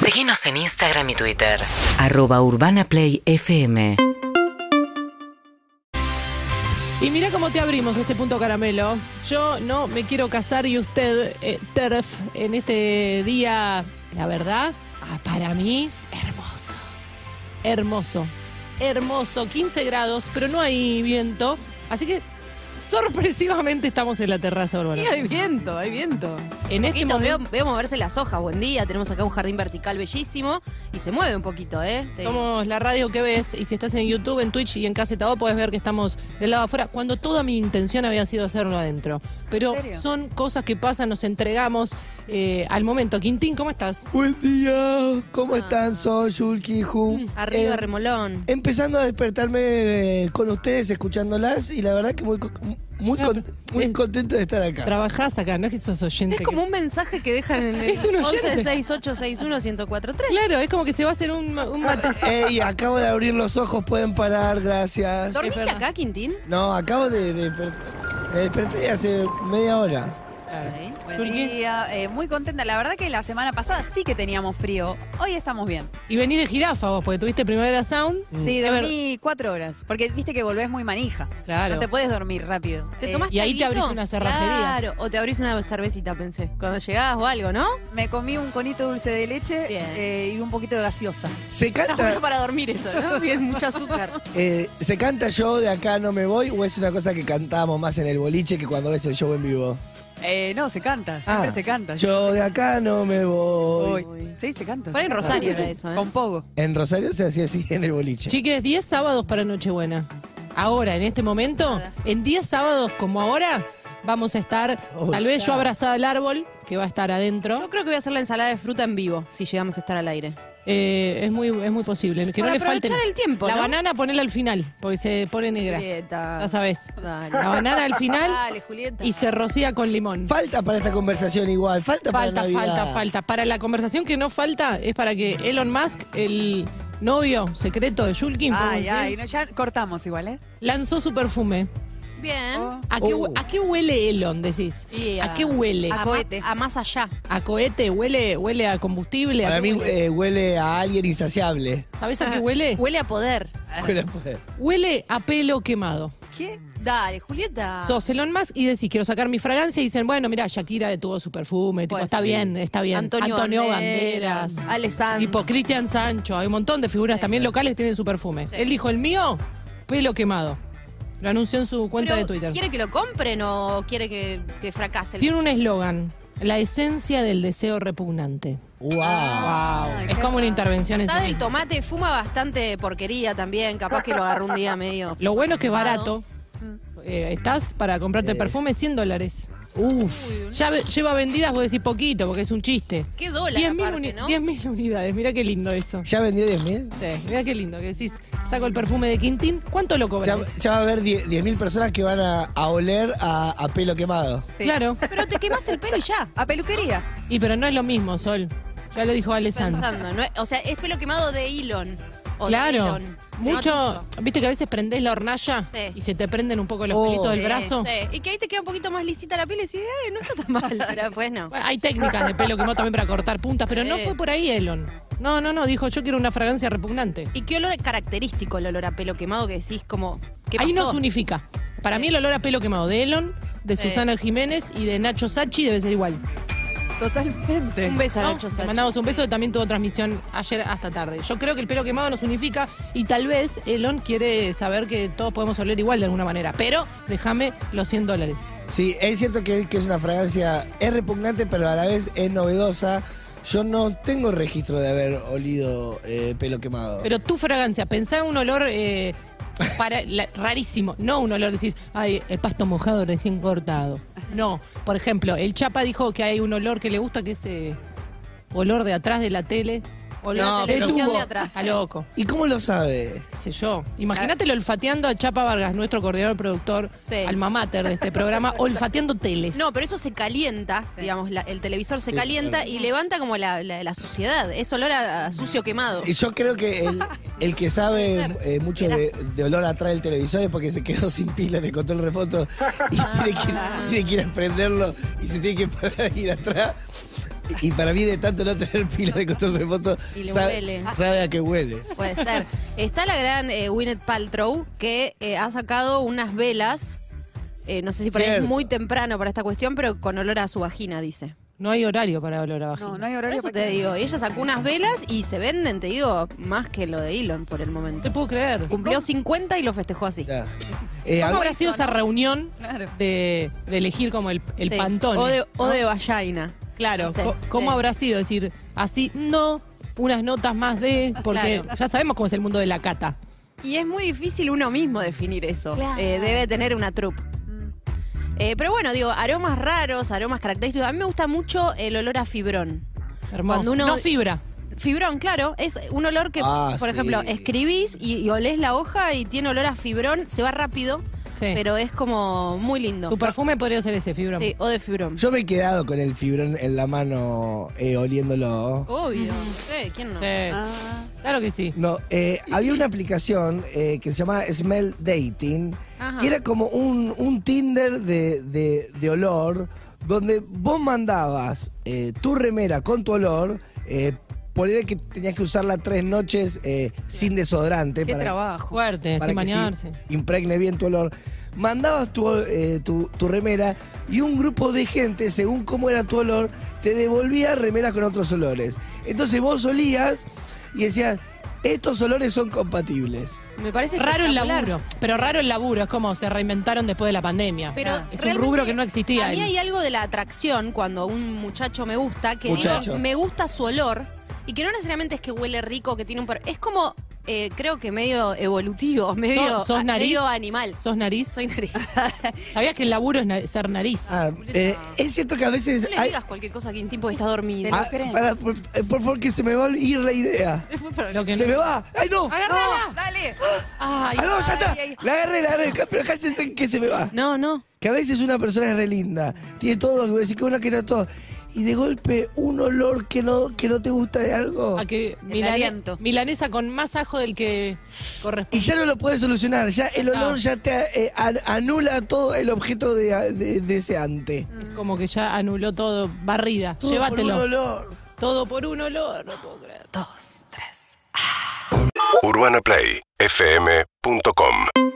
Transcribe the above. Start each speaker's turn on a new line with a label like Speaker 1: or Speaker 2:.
Speaker 1: Seguinos en Instagram y Twitter.
Speaker 2: Arroba Urbana Play FM.
Speaker 3: Y mira cómo te abrimos este punto caramelo. Yo no me quiero casar y usted, eh, TERF, en este día, la verdad, ah, para mí, hermoso. Hermoso. Hermoso. 15 grados, pero no hay viento. Así que, sorpresivamente, estamos en la terraza urbana.
Speaker 4: Sí, hay viento, hay viento.
Speaker 3: En este
Speaker 4: Poquito, veo,
Speaker 3: momento
Speaker 4: veo moverse las hojas, buen día. Tenemos acá un jardín vertical bellísimo y se mueve un poquito, ¿eh? Te-
Speaker 3: somos la radio que ves y si estás en YouTube, en Twitch y en Caseta O puedes ver que estamos del lado de afuera cuando toda mi intención había sido hacerlo adentro. Pero
Speaker 4: ¿En serio?
Speaker 3: son cosas que pasan, nos entregamos eh, al momento. Quintín, ¿cómo estás?
Speaker 5: Buen día, ¿cómo están? Soy Yulki Ju.
Speaker 4: Arriba,
Speaker 5: Eh,
Speaker 4: remolón.
Speaker 5: Empezando a despertarme eh, con ustedes, escuchándolas, y la verdad que muy, co- muy,
Speaker 3: Ah,
Speaker 5: con- muy contento de estar acá.
Speaker 3: Trabajás acá, no es que sos oyente.
Speaker 4: Es como un mensaje que dejan en el
Speaker 3: Es un oyente.
Speaker 4: 116861-1043.
Speaker 3: que- Claro, es como que se va a hacer un, ma- un matecito.
Speaker 5: Ey, acabo de abrir los ojos, pueden parar, gracias.
Speaker 4: ¿Dormiste
Speaker 3: verdad.
Speaker 4: acá, Quintín?
Speaker 5: No, acabo de, de despertar. Me desperté hace media hora.
Speaker 3: Claro.
Speaker 6: ¿eh? Buen
Speaker 3: Yulki,
Speaker 6: día, eh, muy contenta. La verdad que la semana pasada sí que teníamos frío. Hoy estamos bien.
Speaker 3: Y venís de jirafa vos, porque tuviste Primavera Sound.
Speaker 4: Mm.
Speaker 6: Sí,
Speaker 3: Es ver-
Speaker 6: dormí cuatro horas. Porque viste que volvés muy manija.
Speaker 3: Claro.
Speaker 6: No te puedes dormir rápido.
Speaker 4: ¿Te
Speaker 6: Eh,
Speaker 4: tomaste
Speaker 3: y ahí te
Speaker 4: alguito?
Speaker 3: abrís una cerrajería.
Speaker 4: Claro, o te abrís una cervecita, pensé. Cuando llegabas o algo, ¿no?
Speaker 6: me comí un conito dulce de leche
Speaker 4: Bien.
Speaker 6: eh, y un poquito de gaseosa.
Speaker 5: ¿Se
Speaker 4: Está
Speaker 5: canta,
Speaker 4: bueno para dormir eso, ¿no? Bien, mucho azúcar.
Speaker 5: eh, ¿Se canta yo de acá no me voy o es una cosa que cantamos más en el boliche que cuando ves el show en vivo?
Speaker 6: Eh, no, se canta, siempre
Speaker 5: Ah,
Speaker 6: se canta.
Speaker 5: Yo de acá no me voy.
Speaker 6: Uy. Sí, se canta.
Speaker 4: Por
Speaker 6: se
Speaker 4: en
Speaker 6: canta.
Speaker 4: Rosario era eso, ¿eh?
Speaker 6: Con poco.
Speaker 5: En Rosario se hacía así en el boliche.
Speaker 3: Chiques, 10 sábados para Nochebuena. Ahora, en este momento, en 10 sábados como ahora, vamos a estar,
Speaker 5: Oh,
Speaker 3: tal vez
Speaker 5: ya.
Speaker 3: yo abrazada al árbol, que va a estar adentro.
Speaker 4: Yo creo que voy a hacer la ensalada de fruta en vivo, si llegamos a estar al aire.
Speaker 3: Eh, es, muy, es muy posible. Que
Speaker 4: Para
Speaker 3: no le falte.
Speaker 4: aprovechar el tiempo,
Speaker 3: La
Speaker 4: ¿no?
Speaker 3: banana ponela al final, porque se pone negra.
Speaker 4: Julieta.
Speaker 3: Ya sabes.
Speaker 4: Dale.
Speaker 3: La banana al final
Speaker 4: Dale, Julieta.
Speaker 3: y se rocía con limón.
Speaker 5: Falta para esta conversación igual, falta,
Speaker 3: Falta,
Speaker 5: para Navidad.
Speaker 3: falta, falta. Para la conversación que no falta es para que Elon Musk, el novio secreto de Julkin,
Speaker 6: Ay, ay, no, ya cortamos igual, ¿eh?
Speaker 3: lanzó su perfume.
Speaker 4: Bien.
Speaker 6: Oh.
Speaker 3: ¿A qué, hue-
Speaker 5: Oh.
Speaker 3: a qué huele Elon, decís?
Speaker 4: Y
Speaker 3: ¿A qué huele?
Speaker 4: A,
Speaker 3: ¿A,
Speaker 4: ma-
Speaker 6: a cohete.
Speaker 4: a más allá.
Speaker 3: cohete? ¿Huele, ¿Huele a combustible? ¿A qué
Speaker 5: Para mí
Speaker 3: huele?
Speaker 5: eh, huele a alguien insaciable.
Speaker 3: ¿Sabés
Speaker 4: Ah.
Speaker 3: a qué huele?
Speaker 4: Huele a poder.
Speaker 3: Ah.
Speaker 5: Huele a poder.
Speaker 3: Huele a pelo quemado.
Speaker 4: ¿Qué? Dale, Julieta.
Speaker 3: Sos Elon Musk y decís, quiero sacar mi fragancia. Y dicen, bueno, mira, Shakira tuvo su perfume. tipo,
Speaker 4: Pues
Speaker 3: está
Speaker 4: sí.
Speaker 3: bien, está bien.
Speaker 4: Antonio Banderas, Ale Sanz.
Speaker 3: Tipo Cristian Sancho. Hay un montón de figuras también locales que tienen su perfume. Él dijo, el mío, pelo quemado. Lo anunció en su cuenta
Speaker 4: Pero,
Speaker 3: de Twitter.
Speaker 4: ¿Quiere que lo compren o quiere que, que fracase? el-
Speaker 3: Tiene un eslogan. La esencia del deseo repugnante.
Speaker 5: Wow.
Speaker 3: wow. Es como una intervención en sí
Speaker 4: Está del
Speaker 3: misma.
Speaker 4: tomate, fuma bastante porquería también. Capaz que lo agarró un día medio.
Speaker 3: Lo bueno es que es barato.
Speaker 4: Mm.
Speaker 3: Eh, estás para comprarte perfume 100 dólares.
Speaker 5: Uf.
Speaker 3: Ya ve- lleva vendidas, vos decís poquito, porque es un chiste.
Speaker 4: Qué dólar,
Speaker 3: 10.000
Speaker 4: aparte,
Speaker 3: uni-
Speaker 4: ¿no?
Speaker 3: 10.000 unidades, mira qué lindo eso.
Speaker 5: ¿Ya vendió 10.000?
Speaker 3: Sí, mira qué lindo que decís, saco el perfume de Quintín, ¿cuánto lo
Speaker 5: Ya,
Speaker 3: cobras?
Speaker 5: ya va a haber 10 10.000 personas que van a, a oler a, a pelo quemado.
Speaker 6: Sí.
Speaker 3: Claro.
Speaker 4: Pero te quemas el pelo y ya.
Speaker 6: A peluquería.
Speaker 4: Ah,
Speaker 3: Y pero no es lo mismo, Sol. Ya lo dijo Ale Sanz.
Speaker 4: Pensando, ¿no? O sea, es pelo quemado de Elon. o de
Speaker 3: Claro.
Speaker 4: Elon. No
Speaker 3: Mucho,
Speaker 4: tuyo.
Speaker 3: viste que a veces prendés la hornalla
Speaker 4: Sí.
Speaker 3: y se te prenden un poco los
Speaker 5: Oh.
Speaker 3: pelitos del
Speaker 4: Sí,
Speaker 3: brazo.
Speaker 4: sí. Y que ahí te queda un poquito más lisita la piel y decís, eh, no está tan mal. Pero pues no.
Speaker 3: Bueno, hay técnicas de pelo quemado también para cortar puntas, pero no
Speaker 4: Sí.
Speaker 3: fue por ahí Elon. No, no, no, dijo yo quiero una fragancia repugnante.
Speaker 4: ¿Y qué olor característico el olor a pelo quemado que decís como... ¿qué
Speaker 3: Ahí
Speaker 4: pasó?
Speaker 3: nos unifica. Para mí el olor a pelo quemado de Elon, de
Speaker 4: Sí.
Speaker 3: Susana Jiménez y de Nacho Sachi debe ser igual.
Speaker 6: Totalmente.
Speaker 4: Un beso a
Speaker 3: ¿no?
Speaker 4: Nacho
Speaker 3: Le
Speaker 4: Sachi.
Speaker 3: mandamos un beso, también tuvo transmisión ayer hasta tarde. Yo creo que el pelo quemado nos unifica y tal vez Elon quiere saber que todos podemos oler igual de alguna manera. Pero déjame los 100 dólares.
Speaker 5: Sí, es cierto que, que es una fragancia, es repugnante, pero a la vez es novedosa. Yo no tengo registro de haber olido eh, pelo quemado.
Speaker 3: Pero tu fragancia, pensá en un olor eh, para- la- rarísimo. No un olor, decís, ay, el pasto mojado recién cortado. No, por ejemplo, el Chapa dijo que hay un olor que le gusta, que es eh, olor de atrás de la tele. Olor
Speaker 5: No,
Speaker 3: a
Speaker 5: pero-
Speaker 3: televisión
Speaker 4: de atrás.
Speaker 3: A loco.
Speaker 5: ¿Y cómo lo sabe?
Speaker 3: qué sé yo. Imagínatelo olfateando a Chapa Vargas, nuestro coordinador productor,
Speaker 4: Sí.
Speaker 3: alma mater de este programa, olfateando teles.
Speaker 4: No, pero eso se calienta, digamos, la- el televisor se
Speaker 5: Sí,
Speaker 4: calienta y levanta como la, la- la suciedad. Es olor a, a sucio quemado.
Speaker 5: Y Yo creo que el, el que sabe eh, mucho de, de olor atrás del televisor es porque se quedó sin pila en el control remoto y tiene que, tiene que ir a prenderlo y se tiene que parar a ir atrás. Y para mí, de tanto no tener pila de control remoto,
Speaker 6: Y le
Speaker 5: sabe,
Speaker 6: huele.
Speaker 5: sabe a qué huele.
Speaker 4: Puede ser. Está la gran eh, Gwyneth Paltrow que eh, ha sacado unas velas. eh, no sé si por ahí es
Speaker 5: Cierto.
Speaker 4: muy temprano para esta cuestión, pero con olor a su vagina, dice.
Speaker 3: No hay horario para olor a vagina.
Speaker 6: No, no hay
Speaker 4: Por
Speaker 6: horario.
Speaker 4: eso
Speaker 6: para
Speaker 4: te
Speaker 6: que-
Speaker 4: digo, ella sacó unas velas y se venden, te digo, más que lo de Elon por el
Speaker 3: No
Speaker 4: momento.
Speaker 3: te puedo creer.
Speaker 4: Cumplió 50 y lo festejó así.
Speaker 5: Ya. Eh,
Speaker 3: ¿Cómo
Speaker 5: a-
Speaker 3: habrá sido esa reunión
Speaker 6: Claro.
Speaker 3: de, de elegir como el, el
Speaker 4: Sí.
Speaker 3: pantón? ¿eh?
Speaker 4: O de, o de vagina.
Speaker 3: Claro,
Speaker 4: Sí,
Speaker 3: co- ¿cómo
Speaker 4: sí.
Speaker 3: habrá sido? Es decir, así, no, unas notas más de, porque
Speaker 4: Claro.
Speaker 3: ya sabemos cómo es el mundo de la cata.
Speaker 4: Y es muy difícil uno mismo definir eso.
Speaker 6: Claro.
Speaker 4: Eh, debe tener una troupe.
Speaker 6: Mm.
Speaker 4: Eh, pero bueno, digo, aromas raros, aromas característicos. A mí me gusta mucho el olor a fibrón.
Speaker 3: Hermoso.
Speaker 4: Cuando uno-
Speaker 3: No fibra.
Speaker 4: Fibrón, claro, es un olor que,
Speaker 5: Ah,
Speaker 4: por
Speaker 5: sí.
Speaker 4: ejemplo, escribís y, y olés la hoja y tiene olor a fibrón, se va rápido,
Speaker 3: Sí.
Speaker 4: pero es como muy lindo.
Speaker 3: tu perfume podría ser ese, fibra.
Speaker 4: Sí, o de fibrón.
Speaker 5: yo me he quedado con el fibrón en la mano eh, oliéndolo.
Speaker 4: Obvio. Sí, ¿quién no?
Speaker 3: Mm. Sí.
Speaker 6: Ah.
Speaker 3: Claro que sí.
Speaker 5: No, eh, había una aplicación eh, que se llamaba Smell Dating,
Speaker 4: Ajá.
Speaker 5: que era como un, un Tinder de, de- de olor, donde vos mandabas eh, tu remera con tu olor, eh, poner que tenías que usarla tres noches eh, sin desodorante
Speaker 6: Qué
Speaker 5: para,
Speaker 6: trabajo.
Speaker 3: Fuerte,
Speaker 5: para
Speaker 3: sin
Speaker 5: que se
Speaker 3: bañarse.
Speaker 5: impregne bien tu olor. Mandabas tu, eh, tu- tu remera y un grupo de gente, según cómo era tu olor, te devolvía remeras con otros olores. Entonces vos olías y decías, estos olores son compatibles.
Speaker 4: Me parece
Speaker 3: Raro el
Speaker 4: espectacular.
Speaker 3: laburo. Pero raro el laburo. Es como se reinventaron después de la pandemia.
Speaker 4: Pero
Speaker 3: es un
Speaker 4: realmente,
Speaker 3: rubro que no existía.
Speaker 4: A mí
Speaker 3: el-
Speaker 4: hay algo de la atracción cuando un muchacho me gusta, que
Speaker 5: Muchacho.
Speaker 4: digo, me gusta su olor, y que no necesariamente es que huele rico, que tiene un per... Es como, eh, creo que medio evolutivo, medio,
Speaker 3: sos nariz?
Speaker 4: medio animal.
Speaker 3: ¿Sos nariz?
Speaker 4: Soy nariz.
Speaker 3: ¿Sabías que el laburo es na- ser nariz?
Speaker 5: Ah, eh, es cierto que a veces
Speaker 4: No le
Speaker 5: hay...
Speaker 4: digas cualquier cosa que un tipo que está dormido.
Speaker 6: Te lo
Speaker 5: Ah,
Speaker 6: creen.
Speaker 5: pará, por, eh, por favor, que se me va a ir la idea.
Speaker 3: Lo que
Speaker 5: Se
Speaker 3: no-
Speaker 5: me va. ¡Ay, no! ¡Ah,
Speaker 6: ¡Agárrala! ¡Dale!
Speaker 3: Ay,
Speaker 5: no, ya está! La agarré, la agarré. Pero cállense que se me va.
Speaker 4: No, no.
Speaker 5: Que a veces una persona es re linda, tiene todo, que vos decís que una que está todo. Y de golpe un olor que no, que no te gusta de algo.
Speaker 3: a que milane-
Speaker 6: aliento.
Speaker 3: milanesa con más ajo del que corresponde.
Speaker 5: Y ya no lo puedes solucionar, ya el olor ya te eh, an- anula todo el objeto de, de- deseante.
Speaker 3: Es como que ya anuló todo, barrida.
Speaker 5: Todo
Speaker 3: Mm. Llévatelo.
Speaker 5: por un olor.
Speaker 3: Todo por un olor, no puedo creer.
Speaker 7: UrbanaPlayFM.com